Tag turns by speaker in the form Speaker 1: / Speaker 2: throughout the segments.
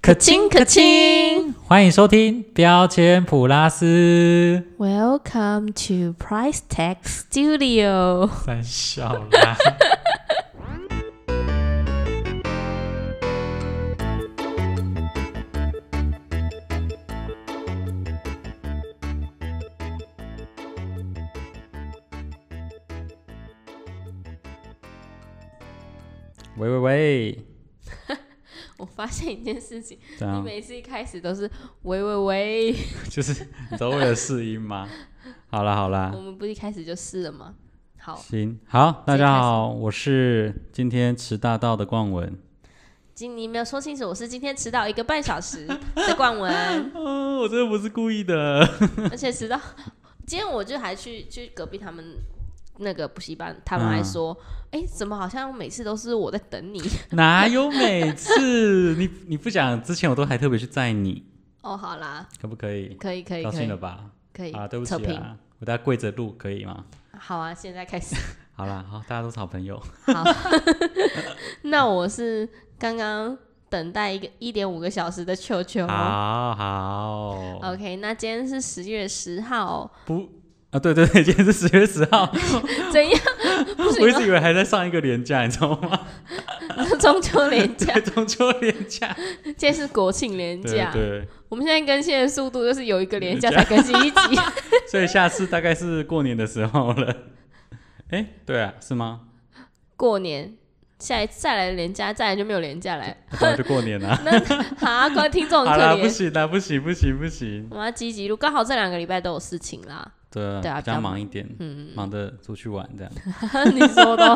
Speaker 1: 可
Speaker 2: 亲可亲
Speaker 1: 欢迎收听标签普拉斯，
Speaker 2: ，Welcome to Price Tag Studio。
Speaker 1: 三笑啦。喂喂喂，
Speaker 2: 我发现一件事情，
Speaker 1: 这
Speaker 2: 你
Speaker 1: 样
Speaker 2: 每次一开始都是喂喂喂，
Speaker 1: 就是你都为了试音吗？好啦好啦
Speaker 2: 我，们不一开始就是了吗？好，
Speaker 1: 行好，大
Speaker 2: 直接开
Speaker 1: 家
Speaker 2: 始
Speaker 1: 好，我是今天迟大到的冠文。
Speaker 2: 今你没有说清楚，我是今天迟到一个半小时的冠 文，
Speaker 1: 哦，我真的不是故意的。
Speaker 2: 而且迟到，今天我就还去去隔壁他们。那个补习班，他们还说：“
Speaker 1: 啊
Speaker 2: 哎、怎么好像每次都是我在等你
Speaker 1: 哪有每次 你你不讲之前，我都还特别去载你，？”
Speaker 2: 哦，好啦，
Speaker 1: 可不可以？
Speaker 2: 可以可以
Speaker 1: 高
Speaker 2: 可
Speaker 1: 兴了
Speaker 2: 以
Speaker 1: 吧？
Speaker 2: 可以
Speaker 1: 啊，对不
Speaker 2: 扯
Speaker 1: 起
Speaker 2: 平，
Speaker 1: 啊，我大家跪着录可以吗？
Speaker 2: 好啊，现在开始。
Speaker 1: 好啦，好，大家都是好朋友。
Speaker 2: 好， 那我是刚刚等待一个一点五个小时的球球。
Speaker 1: 好好，
Speaker 2: OK，那今天是十月十号，哦
Speaker 1: 不啊，对对对，今天是十月十号，
Speaker 2: 怎样？ 不
Speaker 1: 我一
Speaker 2: 行
Speaker 1: 直以为还在上一个连假，你知道吗？
Speaker 2: 吗，中秋连假
Speaker 1: 对，，中秋连假，
Speaker 2: 今天是国庆连
Speaker 1: 对
Speaker 2: 假。
Speaker 1: 对。
Speaker 2: 我们现在更新的速度就是有一个连假
Speaker 1: 连
Speaker 2: 才更新一集。
Speaker 1: 所以下次大概是过年的时候了。 哎、对啊，是吗？
Speaker 2: 过年，下一再来连假，再来就没有连假 来。
Speaker 1: 当然就过年啦、
Speaker 2: 那哈，观听众很
Speaker 1: 好
Speaker 2: 可
Speaker 1: 啦，不
Speaker 2: 怜。
Speaker 1: 行啦，不行，不行，不行。
Speaker 2: 我们要积极录，刚好这两个礼拜都有事情啦。
Speaker 1: 对
Speaker 2: 对啊
Speaker 1: 比较
Speaker 2: 比较嗯
Speaker 1: 忙一点，忙着出去玩这样。
Speaker 2: 你说的哦，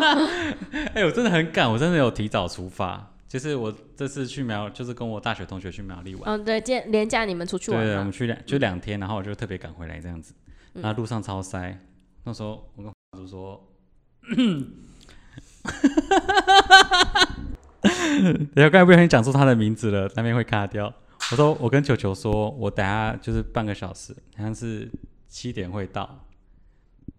Speaker 1: 哎、我真的很赶，我真的有提早出发。就是我这次去苗，就是跟我大学同学去苗栗玩，
Speaker 2: 嗯，对，今天连假你们出去玩
Speaker 1: 对，我啊
Speaker 2: 吗
Speaker 1: 们？去两就两天，然后我就特别赶回来这样子。然后路上超塞，那时候我跟华叔说， 等下刚才不小心讲出他的名字了，那边会卡掉。我说我跟球球说，我等下就是半个小时，好像是七点会到，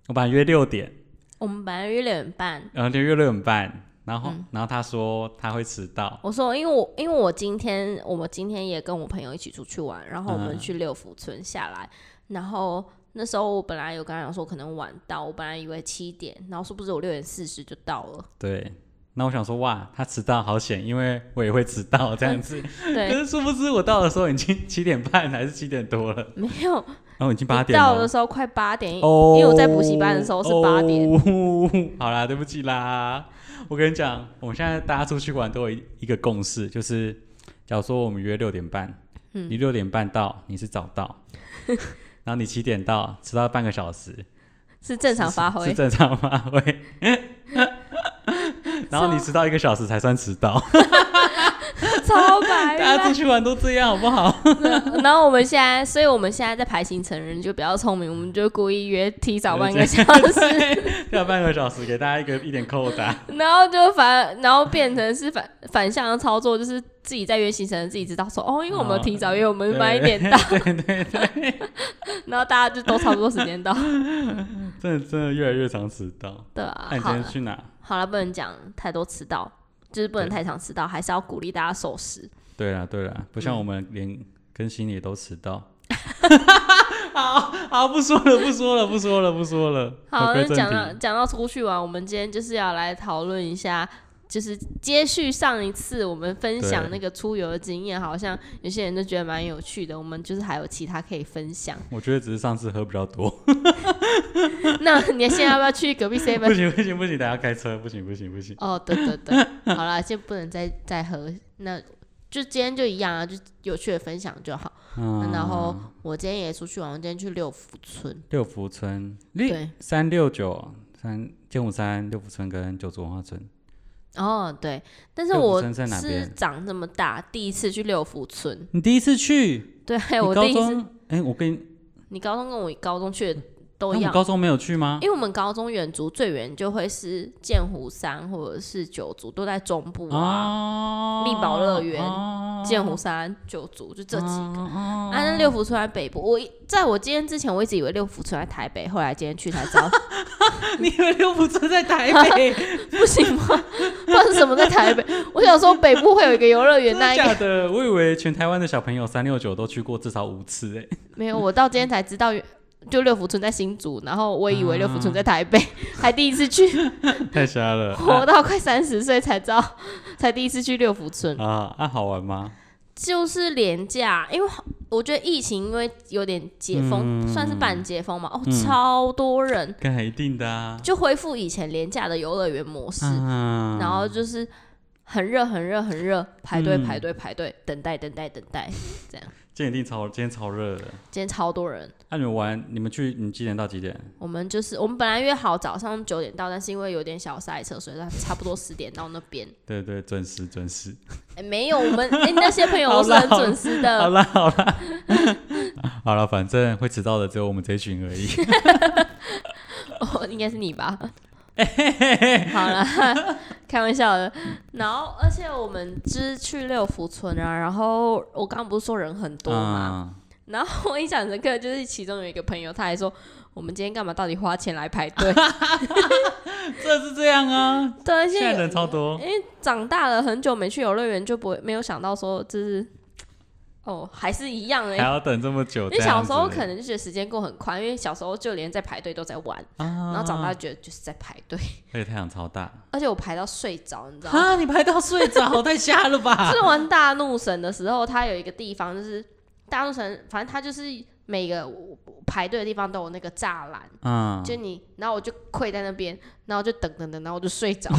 Speaker 1: 我本来约六点，
Speaker 2: 我们本来约六点半，
Speaker 1: 然后就约六点半，然后、然后他说他会迟到，
Speaker 2: 我说，因为我因为我今天我们今天也跟我朋友一起出去玩，然后我们
Speaker 1: 嗯
Speaker 2: 去六福村下来，然后那时候我本来有跟他讲说可能晚到，我本来以为七点，然后是不是我六点四十就到了？
Speaker 1: 对。那我想说，哇，他迟到好险，因为我也会迟到这样子。可
Speaker 2: 对，
Speaker 1: 是殊不知我到的时候已经七点半还是七点多了，
Speaker 2: 没有，
Speaker 1: 然后已经八
Speaker 2: 你
Speaker 1: 点
Speaker 2: 到的
Speaker 1: 了。
Speaker 2: 时候快八点，
Speaker 1: 哦，
Speaker 2: 因为我在补习班的时候是八点。
Speaker 1: 哦。好啦，对不起啦，我跟你讲，我们现在大家出去玩都有一一个共识，就是假如说我们约六点半，
Speaker 2: 嗯
Speaker 1: 你六点半到，你是早 到，然后你七点到，迟到半个小时，
Speaker 2: 是正常发
Speaker 1: 是
Speaker 2: 挥。
Speaker 1: 正常 发挥。然后你迟到一个小时才算迟到，
Speaker 2: 超白
Speaker 1: 大家出
Speaker 2: 烂。
Speaker 1: 去玩都这样，好不好？
Speaker 2: 然后我们现在，所以我们现在在排行程，人就比较聪明，我们就故意约提早半个小时，
Speaker 1: 对，要半个小时给大家一个一点扣打。
Speaker 2: 然后就反，然后变成是反反向的操作，就是自己在约行程，自己知道说哦，因为我们有提早约，我们晚一点到，
Speaker 1: 对对对，
Speaker 2: 然后大家就都差不多时 间到。
Speaker 1: 真的真的越来越常迟到。
Speaker 2: 对啊
Speaker 1: 那你，今
Speaker 2: 好
Speaker 1: 天
Speaker 2: 了
Speaker 1: 去哪？
Speaker 2: 好了，不能讲太多迟到，就是不能
Speaker 1: 对
Speaker 2: 太常迟到，还是要鼓励大家守时。
Speaker 1: 对啦对啦，不像我们连更新也都迟到。 好好，不说了不说了不说了不说了。
Speaker 2: 好，
Speaker 1: 回
Speaker 2: 那
Speaker 1: 归
Speaker 2: 讲
Speaker 1: 正
Speaker 2: 到
Speaker 1: 题。
Speaker 2: 讲到出去玩，我们今天就是要来讨论一下。就是接续上一次我们分享
Speaker 1: 对
Speaker 2: 那个出游的经验，好像有些人都觉得蛮有趣的。我们就是还有其他可以分享。
Speaker 1: 我觉得只是上次喝比较 多，
Speaker 2: 那你现在要不要去隔 壁 seven
Speaker 1: 不行不行不行，等下开车不行不行不行。
Speaker 2: 哦，对对对，好啦，就不能再再喝，那就今天就一样啊，就有趣的分享就好。
Speaker 1: 嗯，
Speaker 2: 然后我今天也出去玩，我今天去六福村，
Speaker 1: 六福村，
Speaker 2: 对，
Speaker 1: 三六九三剑湖山、六福村跟九族文化村。
Speaker 2: 哦对，但是
Speaker 1: 六福
Speaker 2: 我
Speaker 1: 村在哪
Speaker 2: 是
Speaker 1: 边
Speaker 2: 长这么大第一次去六福村，
Speaker 1: 你第一次去？
Speaker 2: 对
Speaker 1: 你
Speaker 2: 我
Speaker 1: 高
Speaker 2: 第一次，
Speaker 1: 中？哎、我跟你，
Speaker 2: 你高中跟我高中去的都
Speaker 1: 那
Speaker 2: 一
Speaker 1: 我
Speaker 2: 样。
Speaker 1: 高中没有去吗？
Speaker 2: 因为我们高中远足最远就会是剑湖山或者是九族，都在中部啊，
Speaker 1: 哦，
Speaker 2: 力宝乐园
Speaker 1: 哦
Speaker 2: 剑湖山、九族，就这几个。啊，那六福村在北部。我一在我今天之前，我一直以为六福村在台北，后来今天去才知道
Speaker 1: 你以为六福村在台北？
Speaker 2: 不行吗？ 不知道是什么在台北。我想说北部会有一个游乐园，
Speaker 1: 真
Speaker 2: 那
Speaker 1: 的
Speaker 2: 应该
Speaker 1: 假的？我以为全台湾的小朋友三六九都去过至少五次哎、
Speaker 2: 没有。我到今天才知道，就六福村在新竹，然后我以为六福
Speaker 1: 嗯
Speaker 2: 村在台北，还第一次 去，
Speaker 1: 太瞎了。
Speaker 2: 活到快三十岁才知道，才第一次去六福村。
Speaker 1: 啊啊，好玩吗？
Speaker 2: 就是廉价，因为我觉得疫情因为有点解封，
Speaker 1: 嗯
Speaker 2: 算是半解封嘛，哦，
Speaker 1: 嗯
Speaker 2: 超多人
Speaker 1: 跟一定的啊。
Speaker 2: 就恢复以前廉价的游乐园模式，
Speaker 1: 嗯
Speaker 2: 然后就是很热很热很热，排队
Speaker 1: 嗯
Speaker 2: 排队排队，等待等待等待，
Speaker 1: 今天一定超，今天超热的。啊
Speaker 2: 今天超多人。
Speaker 1: 那、你们玩，你们去，你们几点到几点？
Speaker 2: 我们就是我们本来约好早上九点到，但是因为有点小塞车，所以差不多十点到那边。
Speaker 1: 对对，准时准时。
Speaker 2: 哎，没有，我们哎那些朋友都是
Speaker 1: 好啦
Speaker 2: 很准时的，
Speaker 1: 好啦好啦， 好啦，反正会迟到的只有我们这一群而已。
Speaker 2: 哦，应该是你 吧？好了，开玩笑的。然后，而且我们只去六福村啊，然后我刚刚不是说人很 多嘛，
Speaker 1: 啊
Speaker 2: 然后我印象深刻就是其中有一个朋友，他还说我们今天干嘛到底花钱来排 队？
Speaker 1: 这是这样啊，
Speaker 2: 对，而
Speaker 1: 现在
Speaker 2: 且
Speaker 1: 人超多。
Speaker 2: 长大了很久没去游乐园，就不会没有想到说就是哦，还是一样哎、
Speaker 1: 还要等这么久，
Speaker 2: 你
Speaker 1: 这
Speaker 2: 小
Speaker 1: 样
Speaker 2: 时候
Speaker 1: 子
Speaker 2: 可能就觉得时间过很快，因为小时候就连在排队都在玩，
Speaker 1: 啊，
Speaker 2: 然后长大就觉得就是在排队，
Speaker 1: 而且太阳超大
Speaker 2: 而且我排到睡着，你知道吗？
Speaker 1: 啊！你排到睡着，太瞎了 吧
Speaker 2: 是玩大怒神的时候，它有一个地方就是大怒神，反正它就是每个排队的地方都有那个栅栏，
Speaker 1: 嗯，
Speaker 2: 就你，然后我就跪在那边，然后就等等等，然后我就睡 着，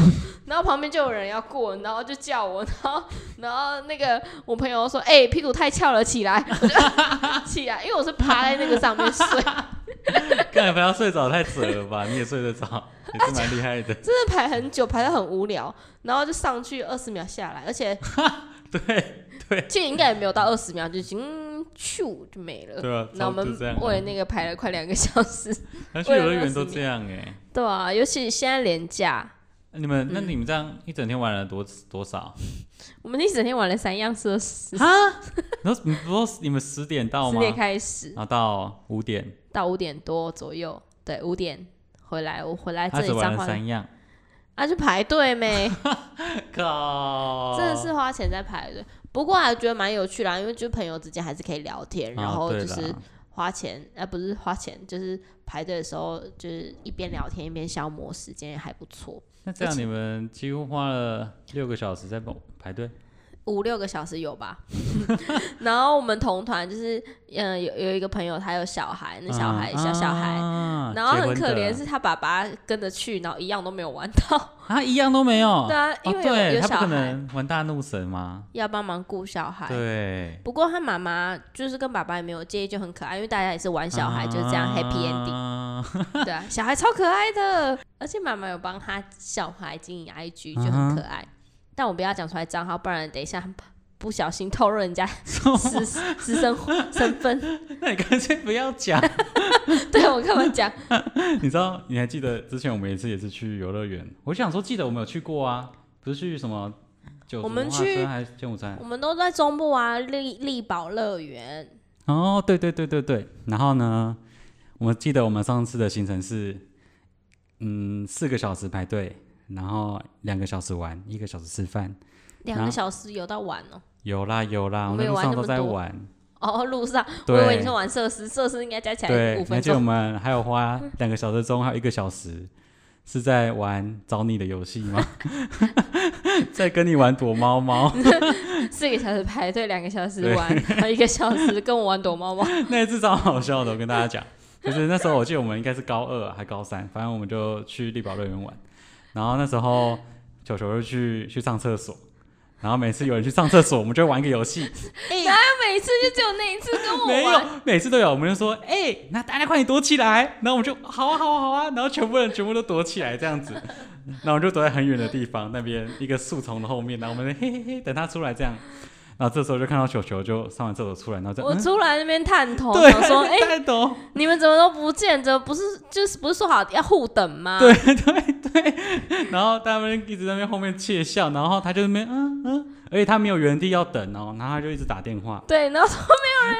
Speaker 2: 然后旁边就有人要过，然后就叫我，然后然后那个我朋友说，哎、屁股太翘了，起来，我就 起来，因为我是趴在那个上面睡，
Speaker 1: 刚才排到睡着太扯了吧？ 你也睡得
Speaker 2: 啊
Speaker 1: 着，也是蛮厉害的。
Speaker 2: 真的排很久，排到很无聊，然后就上去二十秒下来，而且
Speaker 1: 对
Speaker 2: 其实应该也没有到二十秒，就已经咻就没了。
Speaker 1: 对啊，
Speaker 2: 那我
Speaker 1: 差不多
Speaker 2: 们
Speaker 1: 就这样啊。
Speaker 2: 为了那个排了快两个小时，
Speaker 1: 那去游乐园都这样哎。
Speaker 2: 对啊，尤其现在廉价，
Speaker 1: 你
Speaker 2: 嗯
Speaker 1: 们那你们这样一整天玩了多多少？
Speaker 2: 我们一整天玩了三样设施，
Speaker 1: 然后你不是你们十点到
Speaker 2: 十
Speaker 1: 吗？
Speaker 2: 点开始
Speaker 1: 然后到五点，
Speaker 2: 到五点多左右，对，五点回来，我回来这
Speaker 1: 他只
Speaker 2: 里
Speaker 1: 玩
Speaker 2: 彰
Speaker 1: 了
Speaker 2: 化，
Speaker 1: 三样，
Speaker 2: 啊，去排队 没，
Speaker 1: 靠！
Speaker 2: 真的是花钱在排队。不过还觉得蛮有趣啦，因为就朋友之间还是可以聊天，然
Speaker 1: 啊
Speaker 2: 后
Speaker 1: 对
Speaker 2: 就
Speaker 1: 啦
Speaker 2: 是花钱，呃，不是花钱，就是排队的时候，就是一边聊天一边消磨时间，也还不错。
Speaker 1: 那这
Speaker 2: 而
Speaker 1: 样
Speaker 2: 且
Speaker 1: 你们几乎花了六个小时在排排队，
Speaker 2: 五六个小时有 吧。 然后我们同团就是，嗯、有有一个朋友他有小孩，那小孩、
Speaker 1: 嗯
Speaker 2: 小小孩，
Speaker 1: 啊
Speaker 2: 然后
Speaker 1: 结
Speaker 2: 很
Speaker 1: 婚
Speaker 2: 可
Speaker 1: 的
Speaker 2: 怜是他爸爸跟着去，然后一样都没有玩到。
Speaker 1: 啊，一样都没有。
Speaker 2: 对啊，因
Speaker 1: 哦，
Speaker 2: 为有,、
Speaker 1: 对
Speaker 2: 有
Speaker 1: 他不
Speaker 2: 小
Speaker 1: 可
Speaker 2: 孩哎
Speaker 1: 能玩大怒神嘛。
Speaker 2: 要帮忙顾小孩。
Speaker 1: 对，
Speaker 2: 不过他妈妈就是跟爸爸也没有介意，就很可爱，因为大家也是玩小孩，就是这样 happy ending。
Speaker 1: ending，
Speaker 2: 对啊，小孩超可爱的，而且妈妈有帮他小孩经营 IG，就
Speaker 1: 嗯
Speaker 2: 很
Speaker 1: 哼
Speaker 2: 可爱。但我不要讲出来账号，不然等一下不小心透露人 家私私生身份。
Speaker 1: 那你干脆不要讲。
Speaker 2: 对我干嘛讲？
Speaker 1: 你知道，你还记得之前我们一次也是去游乐园，我想说记得我们有去过啊，不是去什么九
Speaker 2: 我
Speaker 1: 族
Speaker 2: 们
Speaker 1: 文化
Speaker 2: 去
Speaker 1: 村还是剑湖山
Speaker 2: 我？们都在中部啊，力力宝乐园。
Speaker 1: 哦，对对对对对。然后呢，我记得我们上次的行程是，嗯，四个小时排队，然后两个小时玩，一个小时吃饭。
Speaker 2: 两个小时有到晚哦、
Speaker 1: 有啦有啦，
Speaker 2: 我
Speaker 1: 我
Speaker 2: 们
Speaker 1: 们
Speaker 2: 有
Speaker 1: 路
Speaker 2: 玩
Speaker 1: 上
Speaker 2: 那
Speaker 1: 都
Speaker 2: 么
Speaker 1: 在
Speaker 2: 多
Speaker 1: 玩。
Speaker 2: 哦，路上，我以为你
Speaker 1: 对
Speaker 2: 说玩设施，设施应该加起来
Speaker 1: 对
Speaker 2: 五，分
Speaker 1: 而且我
Speaker 2: 钟。嗯
Speaker 1: 们还有花两个小时中，还有一个小时是在玩找你的游戏 吗？ 在跟你玩躲猫猫。
Speaker 2: 四个小时排队，两个小时
Speaker 1: 对
Speaker 2: 玩，然后一个小时跟我玩躲 猫猫。
Speaker 1: 那一次超好笑的，我跟大家讲，就是那时候我记得我们应该是高二还高三，反正我们就去力宝乐园玩，然后那时候球球就去去上厕所，然后每次有人去上厕所，我们就玩一个 游戏，
Speaker 2: 哪有每次就只有那一次跟我
Speaker 1: 没有
Speaker 2: 玩？
Speaker 1: 每次都有，我们就说，哎、那大家快点躲起来，然后我们就好啊好啊好啊，然后全部人全部都躲起来这样子， 然后我们就躲在很远的地方那边一个树丛的后面，然后我们嘿嘿嘿等他出来这样，然后这时候就看到球球就上完厕所出来，然后就
Speaker 2: 我
Speaker 1: 嗯，
Speaker 2: 出来那边探头，
Speaker 1: 对，
Speaker 2: 想说，哎、
Speaker 1: 太懂。
Speaker 2: 你们怎么都不见？怎么不是就是不是说好要互等吗？
Speaker 1: 对对对，然后他们一直在那边后面窃笑，然后他就在那边嗯嗯而且他没有原地要等哦，然后他就一直打电话，
Speaker 2: 对，然后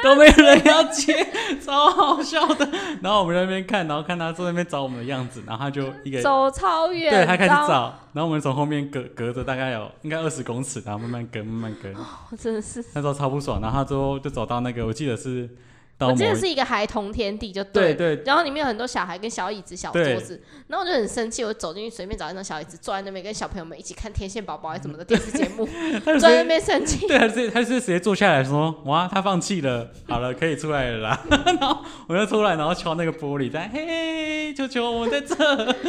Speaker 1: 都没有人要接， 超好笑的。然后我们在那边看，然后看他坐在那边找我们的样子，然后他就一个
Speaker 2: 走超远，
Speaker 1: 对他开始
Speaker 2: 然后
Speaker 1: 找，然后我们从后面隔隔着大概有应该二十公尺，然后慢慢跟慢慢跟，
Speaker 2: 我真的是，
Speaker 1: 那时候超不爽。然后他最后就走到那个，我记得是到
Speaker 2: 我
Speaker 1: 某
Speaker 2: 记得
Speaker 1: 一
Speaker 2: 是一个孩童天地就
Speaker 1: 对
Speaker 2: 对了。
Speaker 1: 对
Speaker 2: 然后里面有很多小孩跟小椅子、小
Speaker 1: 对
Speaker 2: 桌子，然后我就很生气，我走进去随便找一张小椅子坐在那边，跟小朋友们一起看《天线宝宝》什么 的电视节目，
Speaker 1: 他就
Speaker 2: 坐在那
Speaker 1: 是。
Speaker 2: 边生气。
Speaker 1: 对，他是他是直接坐下来说：“哇，他放弃了，好了，可以出来了啦。” 然后我就出来，然后敲那个玻璃，在嘿，球球，我在这，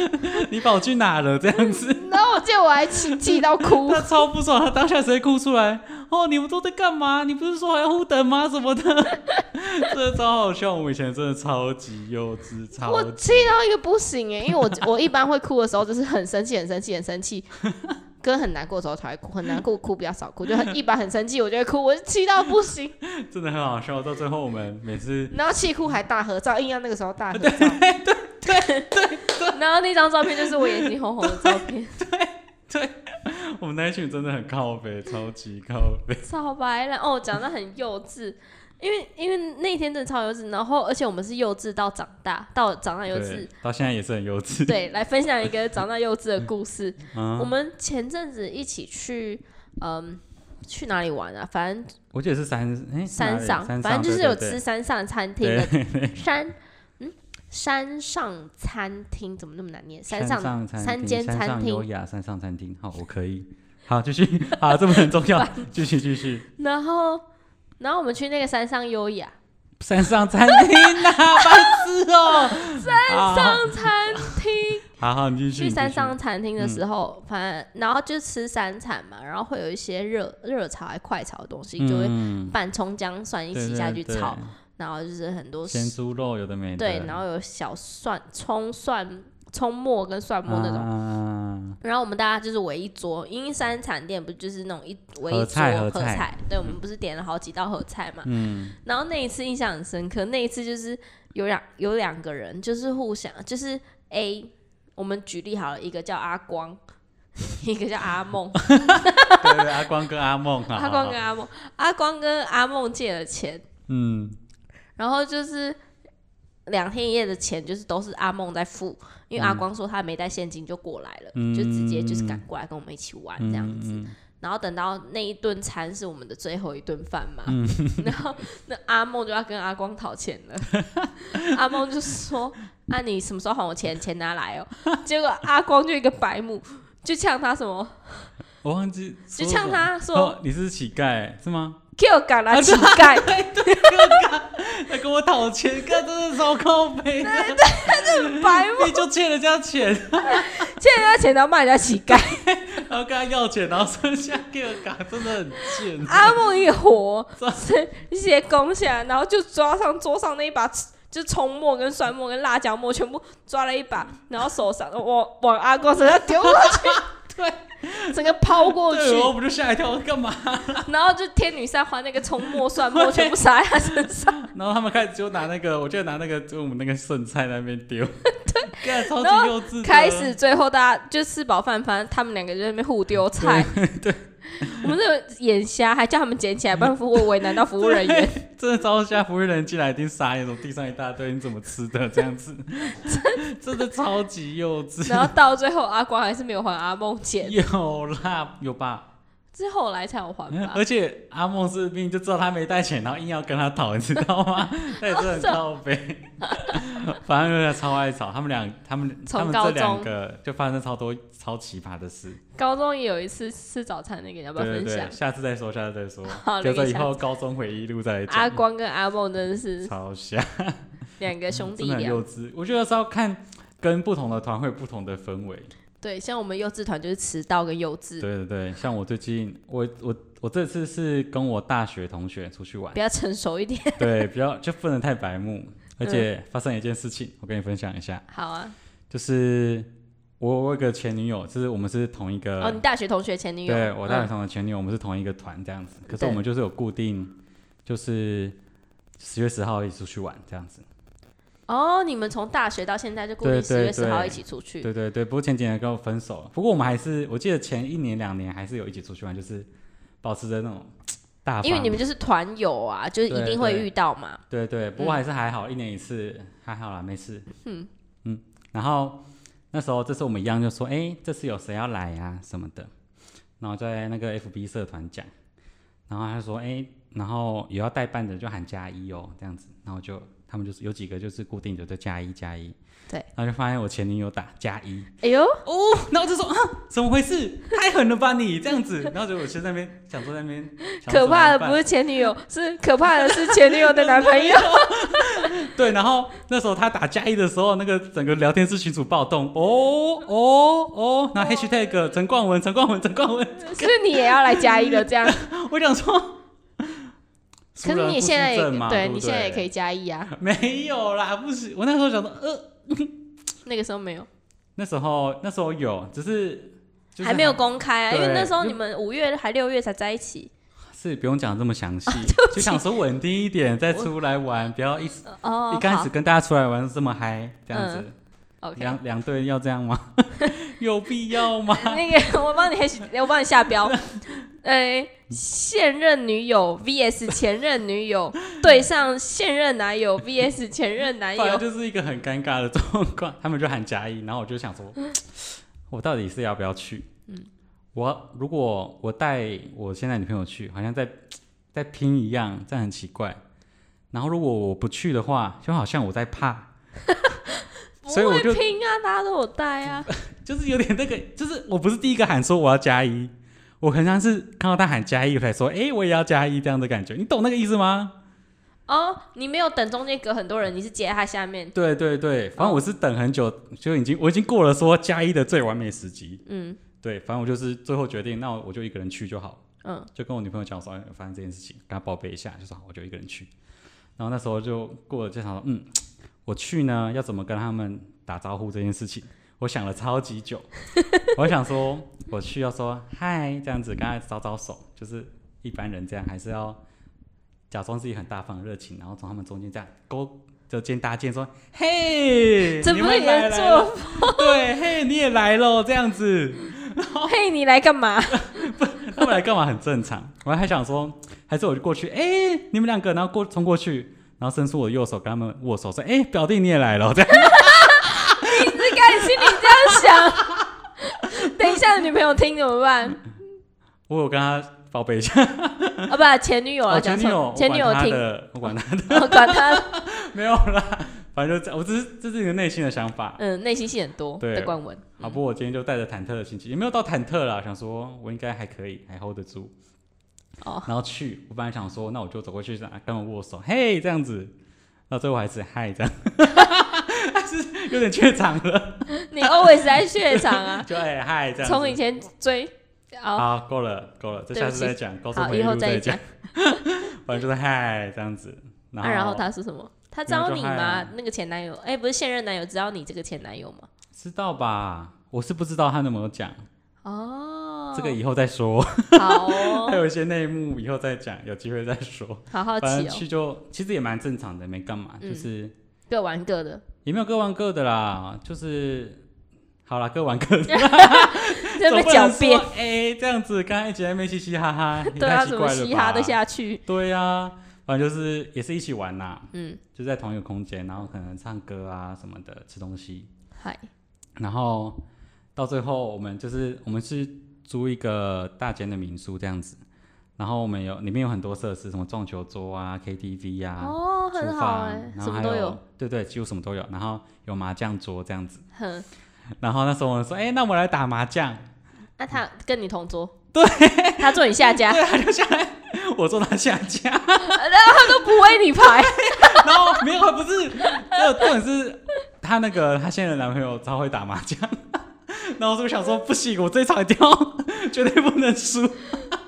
Speaker 1: 你把我去哪了？这样子，
Speaker 2: 然后我记得我还气气到哭，
Speaker 1: 他超不爽，他当下直接哭出来。哦，你们都在干嘛？你不是说还要互等吗？什么的， 真的超好笑。我们以前真的超级幼稚，超
Speaker 2: 我
Speaker 1: 级
Speaker 2: 气到一个不行哎，因为我我一般会哭的时候就是很生气、很生气、很生气， 跟很难过的时候才会哭，很难过哭比较少哭，就很一般很生气我就会哭，我就气到不 行，
Speaker 1: 真的很好笑。到最后我们每次
Speaker 2: 然后气哭还大合照，硬要那个时候大合照，对对对，然后那张照片就是我眼睛红红的照 片，
Speaker 1: 我们那一群真的很靠北，超级靠北。
Speaker 2: 超白了哦，讲的很幼稚。因为因为那天真的超幼稚，然后而且我们是幼稚到长大，到长大幼稚
Speaker 1: 对，，到现在也是很幼稚。
Speaker 2: 对，来分享一个长大幼稚的故事。我
Speaker 1: 嗯，
Speaker 2: 们前阵子一起去，嗯，去哪里玩啊？反正
Speaker 1: 我记得是山哎
Speaker 2: 山上，
Speaker 1: 山
Speaker 2: 反正就是
Speaker 1: 对
Speaker 2: 有
Speaker 1: 对
Speaker 2: 吃山上餐厅
Speaker 1: 对
Speaker 2: 的山，嗯，山上餐厅怎么那么难念？
Speaker 1: 山
Speaker 2: 上
Speaker 1: 上餐
Speaker 2: 三
Speaker 1: 厅
Speaker 2: 间
Speaker 1: 山
Speaker 2: 餐
Speaker 1: 上
Speaker 2: 厅
Speaker 1: 优雅山上餐厅。好，我可以。好，继续。好，这么很重 要。继续继续。
Speaker 2: 然后，然后我们去那个山上优雅
Speaker 1: 山上餐厅呐、白痴哦、山上，
Speaker 2: 餐 厅，
Speaker 1: 好好，你继续。
Speaker 2: 去
Speaker 1: 你继
Speaker 2: 山
Speaker 1: 续，
Speaker 2: 上餐厅的时候，反正然后就吃山产嘛，然后会有一些热热炒还快炒的东西，就会
Speaker 1: 嗯
Speaker 2: 拌葱姜蒜一
Speaker 1: 对
Speaker 2: 起
Speaker 1: 对
Speaker 2: 下去
Speaker 1: 对
Speaker 2: 炒，然后就是很多
Speaker 1: 咸猪肉有的没的，
Speaker 2: 对，然后有小蒜、葱蒜、葱末跟蒜末那
Speaker 1: 啊
Speaker 2: 种。
Speaker 1: 种，
Speaker 2: 然后我们大家就是围一桌，因为山产店不就是那种一围
Speaker 1: 合
Speaker 2: 一桌
Speaker 1: 菜合菜
Speaker 2: 对，我们不是点了好几道合菜嘛。
Speaker 1: 嗯，
Speaker 2: 然后那一次印象很深刻，那一次就是有两有两个人就是互相就是 A，我们举例好了，一个叫阿光， 一个叫阿梦，
Speaker 1: 对对，阿光跟阿梦啊，
Speaker 2: 阿光跟阿梦，阿光跟阿梦借了钱，
Speaker 1: 嗯，
Speaker 2: 然后就是两天一夜的钱，就是都是阿梦在付，因为阿光说他没带现金就过来了，
Speaker 1: 嗯
Speaker 2: 就直接就是赶过来跟我们一起玩这样子。
Speaker 1: 嗯，
Speaker 2: 然后等到那一顿餐是我们的最后一顿饭嘛，
Speaker 1: 嗯
Speaker 2: 然后那阿梦就要跟阿光讨钱了， 阿梦就说：“啊，你什么时候还我钱？钱拿来哦。” 结果阿光就一个白目，就呛他什么，
Speaker 1: 我忘记，
Speaker 2: 就呛他说
Speaker 1: 哦，你是乞丐是吗？
Speaker 2: ：“Q 敢来乞 丐。”
Speaker 1: 啊他跟我讨钱，看真的超靠背的，
Speaker 2: 白目，
Speaker 1: 你就欠人家钱，
Speaker 2: 欠人家钱然后骂人家乞丐。
Speaker 1: 然后跟他要钱，然后剩下给我嘎，真的很贱。
Speaker 2: 阿梦一火
Speaker 1: 这，
Speaker 2: 是一些攻下来，然后就抓上桌上那一把，就是葱末、跟蒜末、跟辣椒末，全部抓了一把，然后手上往往阿光身上丢过去，对，整个抛过去，
Speaker 1: 对，我不就吓一跳，我干嘛？
Speaker 2: 然后就天女散花那个葱末、蒜末全部撒在他身上，
Speaker 1: 然后他们开始就拿那个，我就拿那个，就我们那个剩菜在那边 丢，对，超
Speaker 2: 然
Speaker 1: 级幼稚的。
Speaker 2: 开始最后大家就吃饱饭，反正他们两个就在那边互丢菜，对，我们这种眼瞎，还叫他们捡起来，不然服务为难到服务人员。
Speaker 1: 对，真的招下服务人进来一定傻眼，从地上一大堆，你怎么吃的这样子？ 真的超级幼稚。
Speaker 2: 然后到最后，阿光还是没有还阿梦钱，
Speaker 1: 有啦，有吧？
Speaker 2: 是后来才有还吧。
Speaker 1: 而且阿梦是病就知道他没带钱，然后硬要跟他讨，你知道吗？ 那也是很靠 背。反正人家超爱吵，他们俩，他们他
Speaker 2: 从
Speaker 1: 们
Speaker 2: 高
Speaker 1: 这
Speaker 2: 中
Speaker 1: 两个就发生超多超奇葩的事。
Speaker 2: 高中也有一次吃早餐那个，你要不要
Speaker 1: 对对
Speaker 2: 分享
Speaker 1: 对，？下次再说，下次再说
Speaker 2: 好，留
Speaker 1: 留着
Speaker 2: 给
Speaker 1: 以
Speaker 2: 下
Speaker 1: 后高中回忆录再来讲。
Speaker 2: 阿光跟阿梦真的是
Speaker 1: 超像，
Speaker 2: 两个兄弟
Speaker 1: 真的很
Speaker 2: 俩，
Speaker 1: 幼稚。我觉得是要看跟不同的团会有不同的氛围。
Speaker 2: 对，像我们幼稚团就是迟到跟幼
Speaker 1: 对
Speaker 2: 稚，
Speaker 1: 对对，像我最近，我我我这次是跟我大学同学出 去玩
Speaker 2: 比，较成熟一 点。
Speaker 1: 对，不要就不能太白目。而且发生一件事情，我跟你分享一下，
Speaker 2: 好啊，
Speaker 1: 就是我我有个前女友，就是我们是同一个，
Speaker 2: 哦，你大学同学前女友，
Speaker 1: 对我大学
Speaker 2: 嗯
Speaker 1: 同学前女友，我们是同一个团这样子。可是
Speaker 2: 对
Speaker 1: 我们就是有固定，就是十月十号一起出去玩这样子。
Speaker 2: 哦，你们从大学到现在就固定
Speaker 1: 对对
Speaker 2: 十月十号
Speaker 1: 对
Speaker 2: 一起出去，
Speaker 1: 对对对，不过前几年跟我分手了，不过我们还是，我记得前一年两年还是有一起出去玩，就是保持着那种大方。
Speaker 2: 因为你们就是团友啊，就是一
Speaker 1: 对
Speaker 2: 定会
Speaker 1: 对
Speaker 2: 遇到嘛。
Speaker 1: 对对，不过还是还好，一年一次还好啦，没事。嗯嗯，然后那时候这次我们一样就说，哎，这次有谁要来啊什么的，然后在那个 FB 社团讲，然后他就说，哎，然后有要代办的就喊加一哦，这样子，然后就他们就是有几个就是固定的就加一加一，
Speaker 2: 对，
Speaker 1: 然后就发现我前女友打加一，
Speaker 2: 哎呦，
Speaker 1: 哦，然后就说啊，怎么回事？太狠了吧你这样子，然后就我就在那边想说在那边想说
Speaker 2: 可怕
Speaker 1: 怎么
Speaker 2: 的
Speaker 1: 办
Speaker 2: 不是前女友，是可怕的是前女友的男朋 友。
Speaker 1: 对，然后那时候他打加一的时候，那个整个聊天室群组暴动，哦哦哦，然后 hashtag 陈冠文，陈冠文，陈冠文，
Speaker 2: 是你也要来加一了， 这样。
Speaker 1: 我想说，
Speaker 2: 可是你现在也
Speaker 1: 输人不输阵嘛对不
Speaker 2: 你现在也可以加一啊。
Speaker 1: 没有啦，不行，我那时候想说，呃，
Speaker 2: 那个时候没有，
Speaker 1: 那时候那时候有，只是、就是、
Speaker 2: 还没有公开啊，因为
Speaker 1: 对
Speaker 2: 那时候你们五月还六月才在一起。
Speaker 1: 是不用讲这么 详细，
Speaker 2: 啊不
Speaker 1: 就
Speaker 2: 起
Speaker 1: 想说稳定一点再出来玩，不要一时
Speaker 2: 哦，
Speaker 1: 一开
Speaker 2: 好
Speaker 1: 始跟大家出来玩这么嗨，这样子
Speaker 2: 嗯，OK。
Speaker 1: 两两队要这样吗？ 有必要吗？
Speaker 2: 那个，我 帮你 hash，我帮你下标。呃，现任女友 VS 前任女 友对上现任男友 VS 前任男
Speaker 1: 反正
Speaker 2: 友，
Speaker 1: 就是一个很尴尬的状况。他们就喊加一，然后我就想 说，我到底是要不要去？
Speaker 2: 嗯
Speaker 1: 我如果我带我现在女朋友去，好像在在拼一样，这样很奇怪。然后如果我不去的话，就好像我在怕，
Speaker 2: 不
Speaker 1: 所以我
Speaker 2: 会
Speaker 1: 就
Speaker 2: 拼啊，大家都有带啊。
Speaker 1: 就是有点那个，就是我不是第一个喊说我要加一，我很像是看到他喊加一，我才说，哎、我也要加一这样的感觉，你懂那个意思吗？
Speaker 2: 哦，你没有等中间隔很多人，你是接在他下面。
Speaker 1: 对对对，反正我是等很久，就已经我已经过了说加一的最完美时机。
Speaker 2: 嗯
Speaker 1: 对，反正我就是最后决定，那我就一个人去就好，
Speaker 2: 嗯，
Speaker 1: 就跟我女朋友讲说，哎发生这件事情，跟她报备一下，就说好，我就一个人去。然后那时候就过了，就想说，嗯，我去呢，要怎么跟他们打招呼这件事情，我想了超级 久。我想说，我去要说嗨这样子，跟他招招手，就是一般人这样，还是要假装自己很大方热情，然后从他们中间这样勾。就肩搭肩说：“嘿，
Speaker 2: 这
Speaker 1: 你
Speaker 2: 不是
Speaker 1: 们
Speaker 2: 你
Speaker 1: 来
Speaker 2: 的
Speaker 1: 了
Speaker 2: 做
Speaker 1: 对，嘿，你也来喽，这样子。”
Speaker 2: 法？嘿，你来干嘛？
Speaker 1: 他们来干嘛很正常。我还想说，还是我就过去，哎、你们两个，然后过冲过去，然后伸出我的右手跟他们握手，说，哎、表弟你也来了，这 样。
Speaker 2: 你是该心里这样 想？等一下你女朋友听怎么办？
Speaker 1: 我有跟他报备一下，
Speaker 2: 啊，不，前女友
Speaker 1: 我
Speaker 2: 了，
Speaker 1: 哦前
Speaker 2: 讲
Speaker 1: 女
Speaker 2: 错
Speaker 1: 友
Speaker 2: 了，，前女友
Speaker 1: 我管他
Speaker 2: 听，
Speaker 1: 的，我管他的，
Speaker 2: 我 管他，
Speaker 1: 没有啦，反正就这样，我只是这是你的内心的想法。
Speaker 2: 嗯，内心戏很多
Speaker 1: 对
Speaker 2: 的冠文，
Speaker 1: 好，不过我今天就带着忐忑的心情，也没有到忐忑啦，想说我应该还可以，还 hold 得住。
Speaker 2: 哦，
Speaker 1: 然后去，我本来想说，那我就走过去啊跟他们握手，嘿，这样子。到最后还是嗨这样， 还是有点怯场了。
Speaker 2: 你 always 在怯场 啊，
Speaker 1: 就哎嗨 这样子。
Speaker 2: 从以前追，好，
Speaker 1: 好，够了够了，这
Speaker 2: 对
Speaker 1: 下
Speaker 2: 不
Speaker 1: 次
Speaker 2: 起
Speaker 1: 再讲，高中
Speaker 2: 好，
Speaker 1: 回忆
Speaker 2: 以后
Speaker 1: 录
Speaker 2: 再
Speaker 1: 讲
Speaker 2: 讲。。
Speaker 1: 反正就是嗨这样子，然
Speaker 2: 啊，
Speaker 1: 后
Speaker 2: 然后他是什么？他
Speaker 1: 然后
Speaker 2: 招
Speaker 1: 就
Speaker 2: 你
Speaker 1: 嗨啊
Speaker 2: 吗？那个前男友，哎，不是现任男友，知道你这个前男友吗？
Speaker 1: 知道吧？我是不知道他有没有讲，
Speaker 2: 哦，
Speaker 1: 这个以后再说，
Speaker 2: 好 哦，
Speaker 1: 还有一些内幕以后再讲，有机会再说。
Speaker 2: 好好奇
Speaker 1: 反正
Speaker 2: 哦，
Speaker 1: 去就其实也蛮正常的，没干嘛，
Speaker 2: 嗯
Speaker 1: 就是
Speaker 2: 各玩各 的，
Speaker 1: 也没有各玩各的啦，就是好啦，各玩各的，
Speaker 2: 在那边
Speaker 1: 总不
Speaker 2: 狡
Speaker 1: 能说
Speaker 2: 辩，
Speaker 1: 哎这样子，刚才一起在那边嘻嘻哈哈，也
Speaker 2: 对啊，
Speaker 1: 太
Speaker 2: 怎
Speaker 1: 奇
Speaker 2: 么
Speaker 1: 怪了
Speaker 2: 嘻哈
Speaker 1: 吧
Speaker 2: 的？下去？
Speaker 1: 对呀，反正就是也是一起玩啦，
Speaker 2: 嗯，
Speaker 1: 就在同一个空间，然后可能唱歌啊什么的，吃东西，
Speaker 2: 嗨，
Speaker 1: 然后到最后我们就是我们是租一个大间的民宿这样子，然后我们有里面有很多设施，什么撞球桌啊、KTV 啊、
Speaker 2: 哦，
Speaker 1: 厨
Speaker 2: 很好
Speaker 1: 房，
Speaker 2: 哎，
Speaker 1: 然
Speaker 2: 什
Speaker 1: 后
Speaker 2: 么
Speaker 1: 还
Speaker 2: 都
Speaker 1: 有
Speaker 2: 有，，
Speaker 1: 对对，几乎什么都有，然后有麻将桌这样子，
Speaker 2: 哼，
Speaker 1: 然后那时候我们说，哎、那我们来打麻将，
Speaker 2: 那啊他跟你同桌，对，他坐你下家，
Speaker 1: 对，他就下来，我坐他下家。
Speaker 2: 然后他都不为你排，
Speaker 1: 然后没有，不是，这重点是她那个她现在的男朋友超会打麻将， 然后我就想说不行，我这场一定要 绝对不能输，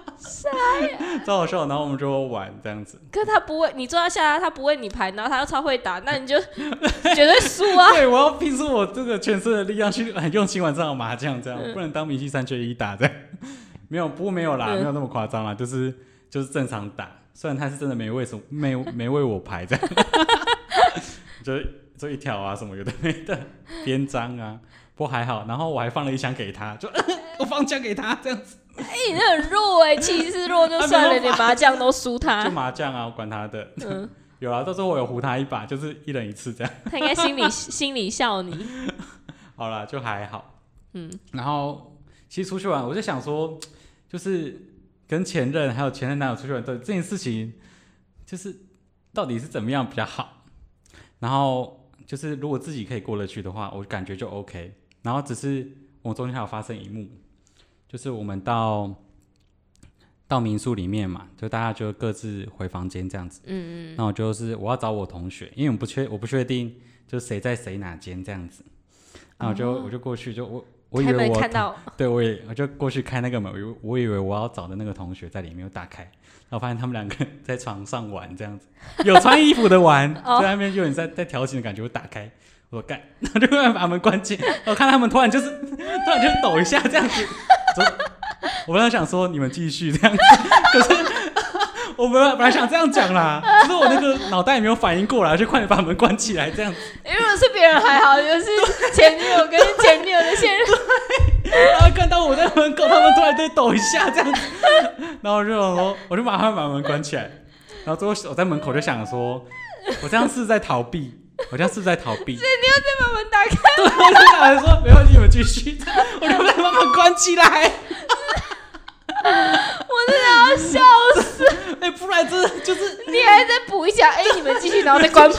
Speaker 1: 超好笑。然后我们就玩这样子，
Speaker 2: 可是他不为你坐他下家，他不为你排，然后他又超会打，那 你就绝对输 啊！
Speaker 1: 对我要拼出我这个全身的力量去很用心玩这场麻将，这样不能当明星三缺一打这样。没有，不过没有啦，
Speaker 2: 嗯
Speaker 1: 没有那么夸张啦，就是就是正常打。虽然他是真的没为什么没没为我排这样，就就一条啊什么有的没的 篇章啊，不过还好。然后我还放了一枪给他，就我放枪给他这样子，
Speaker 2: 哎、你这很弱哎、气势弱就算了，连麻将都输
Speaker 1: 就
Speaker 2: 他。
Speaker 1: 麻将啊，我管他的。
Speaker 2: 嗯，
Speaker 1: 有啊，到时候我有胡他一把，就是一人一次这样。
Speaker 2: 他应该心里心里笑你。
Speaker 1: 好啦，就还好。
Speaker 2: 嗯，
Speaker 1: 然后其实出去玩，我就想说，就是跟前任还有前任男友出去玩，对这件事情，就是到底是怎么样比较好。然后就是如果自己可以过得去的话，我感觉就 OK。然后只是我中间还有发生一幕，就是我们到到民宿里面嘛，就大家就各自回房间这样子。
Speaker 2: 嗯嗯，
Speaker 1: 那我就是我要找我同学，因为我不确我不确定就是谁在谁哪间这样子，那我就、
Speaker 2: 哦
Speaker 1: 我就过去就我我以
Speaker 2: 开
Speaker 1: 为
Speaker 2: 门
Speaker 1: 我
Speaker 2: 看到，
Speaker 1: 对我也我就过去开那个门，我以为我以为我要找的那个同学在里面，我打开，然后发现他们两个 在床上玩这样子，有穿衣服的玩
Speaker 2: 哦
Speaker 1: 在那边有点在在调情的感觉，我打开。我说干，然后就慢慢把门关紧。我看他们突然就是突然就抖一下这样子，我说我本来想说你们继续这样子，可是我本来本来想这样讲啦，只是我那个脑袋没有反应过来，就快点把门关起来这样子。
Speaker 2: 因为哎如果是别人还好， 就是前女友跟前女友的现任，
Speaker 1: 然后看到我在门口，他们突然在抖一下这样子，然后我就想说，我就马上把门关起来，然后最后我在门口就想说，我这样是不是在逃 避，我这样是不是在逃避，
Speaker 2: 你又再把门打开，
Speaker 1: 对，我就想说没关系，你们继续，我就把门关起来，
Speaker 2: 我真的要笑死！
Speaker 1: 哎、不然真的就是
Speaker 2: 你还在补一下，哎、你们继续，然后再关门，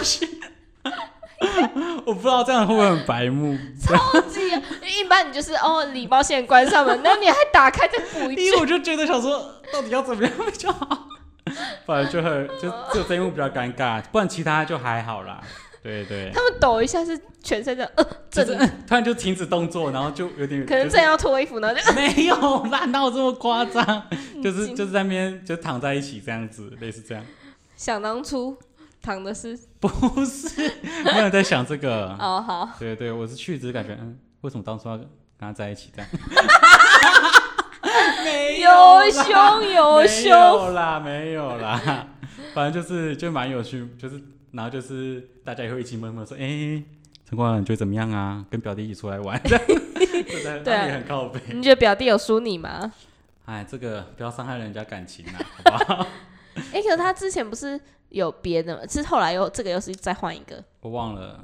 Speaker 1: 我不知道这样会不会很白目，
Speaker 2: 超级啊。一般你就是哦，礼貌性关上门，那你还打开再补一句
Speaker 1: 因为，我就觉得想说到底要怎么样比较 好，反正就很就只有这一幕比较尴尬，不然其他就还好啦，对对。
Speaker 2: 他们抖一下是全身的，呃，
Speaker 1: 就
Speaker 2: 震
Speaker 1: 是突然就停止动作，然后就有点
Speaker 2: 可能
Speaker 1: 就是
Speaker 2: 正要脱衣服呢，就
Speaker 1: 没有烂到这么 夸张，就是
Speaker 2: 嗯
Speaker 1: 就是在那边就躺在一起这样子，类似 这样。
Speaker 2: 想当初躺的是
Speaker 1: 不是，没有在想这 个。
Speaker 2: 哦好，
Speaker 1: 对对，我是去只是感觉，嗯，为什么当初要跟他在一起 这样？没
Speaker 2: 有
Speaker 1: 啦
Speaker 2: 胸有
Speaker 1: 没
Speaker 2: 胸，
Speaker 1: 有啦，没有啦， 反正就是就蛮有趣，就是然后就是大家也会一起闷闷说，哎、陈冠你觉得怎么样啊？跟表弟一起出 来玩， 这样就在
Speaker 2: 对啊
Speaker 1: 那里很靠北。
Speaker 2: 你觉得表弟有输你吗？
Speaker 1: 哎，这个不要伤害人家感情啦，好不 好？
Speaker 2: 哎、可是他之前不是有别的吗？是后来又这个又是再换一个
Speaker 1: 我忘了，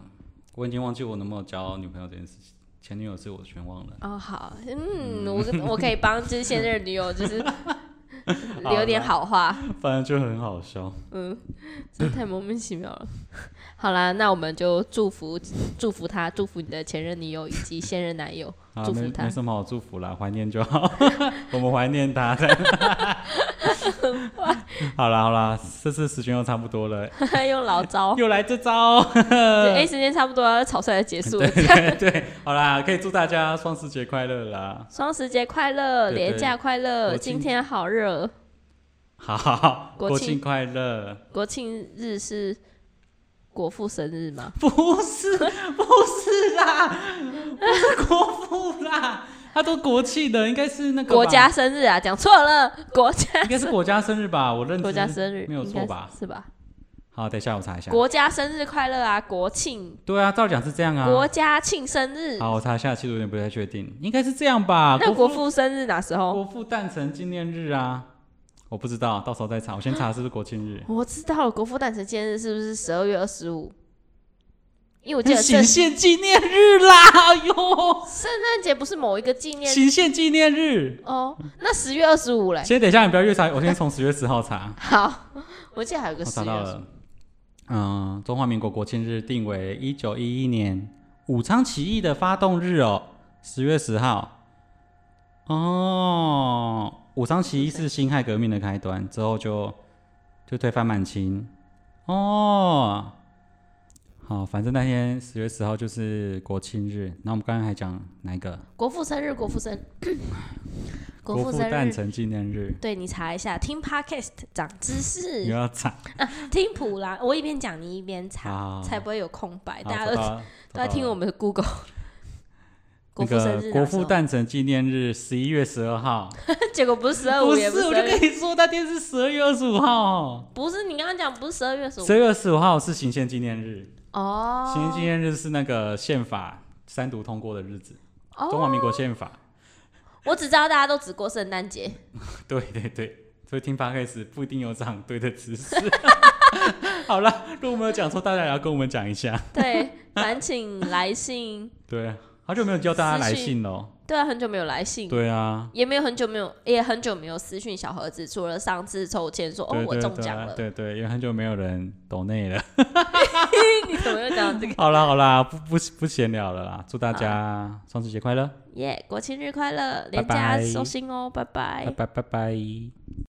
Speaker 1: 我已经忘记我能不能交女朋友这件事情，前女友是我全忘了。
Speaker 2: 哦，好，嗯，我 跟我可以帮就是现任女友就是 留
Speaker 1: 好
Speaker 2: 点
Speaker 1: 啦
Speaker 2: 好话，
Speaker 1: 反正就很好笑。
Speaker 2: 嗯，真的太莫名其妙了。好啦，那我们就祝福祝福他，祝福你的前任女友以及现任男 友。
Speaker 1: 啊
Speaker 2: 祝，福
Speaker 1: 没
Speaker 2: 他
Speaker 1: 没什么好祝福啦，怀念就好。 我们怀念他的。 好啦好啦，这次时间又差不多了，
Speaker 2: 用老 招，
Speaker 1: 又来 这招。
Speaker 2: 对，哎，时间差不多了，草率的结束了。
Speaker 1: 呃 对对，好啦，可以祝大家双十节快乐啦！
Speaker 2: 双十节快乐，
Speaker 1: 对对
Speaker 2: 廉假快
Speaker 1: 国
Speaker 2: 乐，
Speaker 1: 庆
Speaker 2: 今天好热。
Speaker 1: 好好好，
Speaker 2: 国
Speaker 1: 国
Speaker 2: 庆
Speaker 1: 庆快乐！
Speaker 2: 国庆日是国父生日吗？
Speaker 1: 不是，不是啦，不是国父啦，他都国庆的，应该是那个吧
Speaker 2: 国家，生日啊，讲错了，国家
Speaker 1: 应该是国家生日吧？我认知
Speaker 2: 国家生日
Speaker 1: 没有
Speaker 2: 应该
Speaker 1: 错吧？
Speaker 2: 是吧？
Speaker 1: 好，等一下我查一下。
Speaker 2: 国家生日快乐啊，国庆，
Speaker 1: 对啊，照理讲是这样啊。
Speaker 2: 国家庆生日。
Speaker 1: 好，我查一下，其实有点不太确定，应该是这样吧？
Speaker 2: 那国
Speaker 1: 国
Speaker 2: 父生日哪时候？。
Speaker 1: 国父诞辰纪念日啊，我不知道，到时候再查。我先查是不是国庆日
Speaker 2: 啊我知道了，国父诞辰纪念日是不是十二月二十五？因为我记
Speaker 1: 是
Speaker 2: 得
Speaker 1: 哎行
Speaker 2: 圣
Speaker 1: 宪纪念日啦，哎呦，
Speaker 2: 圣诞节不是某一个纪念日
Speaker 1: 行宪纪念日。
Speaker 2: 哦，那十月二十五嘞。
Speaker 1: 先等一下，你不要越查，我先从十月十号查。
Speaker 2: 好，我记得还有个
Speaker 1: 我
Speaker 2: 十
Speaker 1: 找
Speaker 2: 月
Speaker 1: 到
Speaker 2: 二十五
Speaker 1: 了，嗯，中华民国国庆日定为一九一一年武昌起义的发动日哦，十月十号。哦，武昌起义是辛亥革命的开端，之后就就推翻满清。哦，好，反正那天十月十号就是国庆日。那我们刚才还讲哪一个？
Speaker 2: 国父生日，国父 生，国
Speaker 1: 国
Speaker 2: 父
Speaker 1: 父
Speaker 2: 生
Speaker 1: 诞
Speaker 2: 日。
Speaker 1: 辰纪念日，
Speaker 2: 对你查一下，听 podcast 长知
Speaker 1: 你
Speaker 2: 识，
Speaker 1: 要查
Speaker 2: 听普拉，我一边讲你一边查，
Speaker 1: 好，
Speaker 2: 才不会有空白，
Speaker 1: 啊 好
Speaker 2: 大家
Speaker 1: 找
Speaker 2: 都
Speaker 1: 到了
Speaker 2: 都在
Speaker 1: 找到
Speaker 2: 听
Speaker 1: 了
Speaker 2: 我们的 Google。国
Speaker 1: 那
Speaker 2: 父生
Speaker 1: 个
Speaker 2: 日，啊
Speaker 1: 国父，诞辰纪念日，十一月十二 号。
Speaker 2: 结果不是十二
Speaker 1: 不
Speaker 2: 五，
Speaker 1: 是
Speaker 2: 哦也，
Speaker 1: 我
Speaker 2: 12
Speaker 1: 就跟你说，那天是十二月二十五号哦。
Speaker 2: 不是你刚刚讲不是十二月十五
Speaker 1: 十二月二十五号是行宪纪念日，
Speaker 2: 哦，
Speaker 1: 行宪纪念日是那个宪法三读通过的日子，
Speaker 2: 哦
Speaker 1: 中华民国宪法。
Speaker 2: 我只知道大家都只过圣诞节，
Speaker 1: 对对对，所以听 podcast 不一定有长对的 知识。好了，如果没有讲错，大家也要跟我们讲一下。
Speaker 2: 对，烦请来信。
Speaker 1: 对，啊好久没有叫大家来
Speaker 2: 私讯
Speaker 1: 信喽。
Speaker 2: 对啊，很久没有来信，
Speaker 1: 对啊，
Speaker 2: 也没有很久没有，也很久没有私讯小盒子，除了上次抽签说
Speaker 1: 对
Speaker 2: 哦我
Speaker 1: 对
Speaker 2: 中
Speaker 1: 对
Speaker 2: 奖
Speaker 1: 啊
Speaker 2: 了，
Speaker 1: 对对，因为很久没有人懂内了。
Speaker 2: 你怎么又讲到这个？
Speaker 1: 好啦好啦，不不不闲聊了啦，祝大家双十节快乐，
Speaker 2: 耶、国庆日快乐，
Speaker 1: 拜
Speaker 2: 连假
Speaker 1: 拜
Speaker 2: 收心哦，拜拜
Speaker 1: 拜拜拜拜。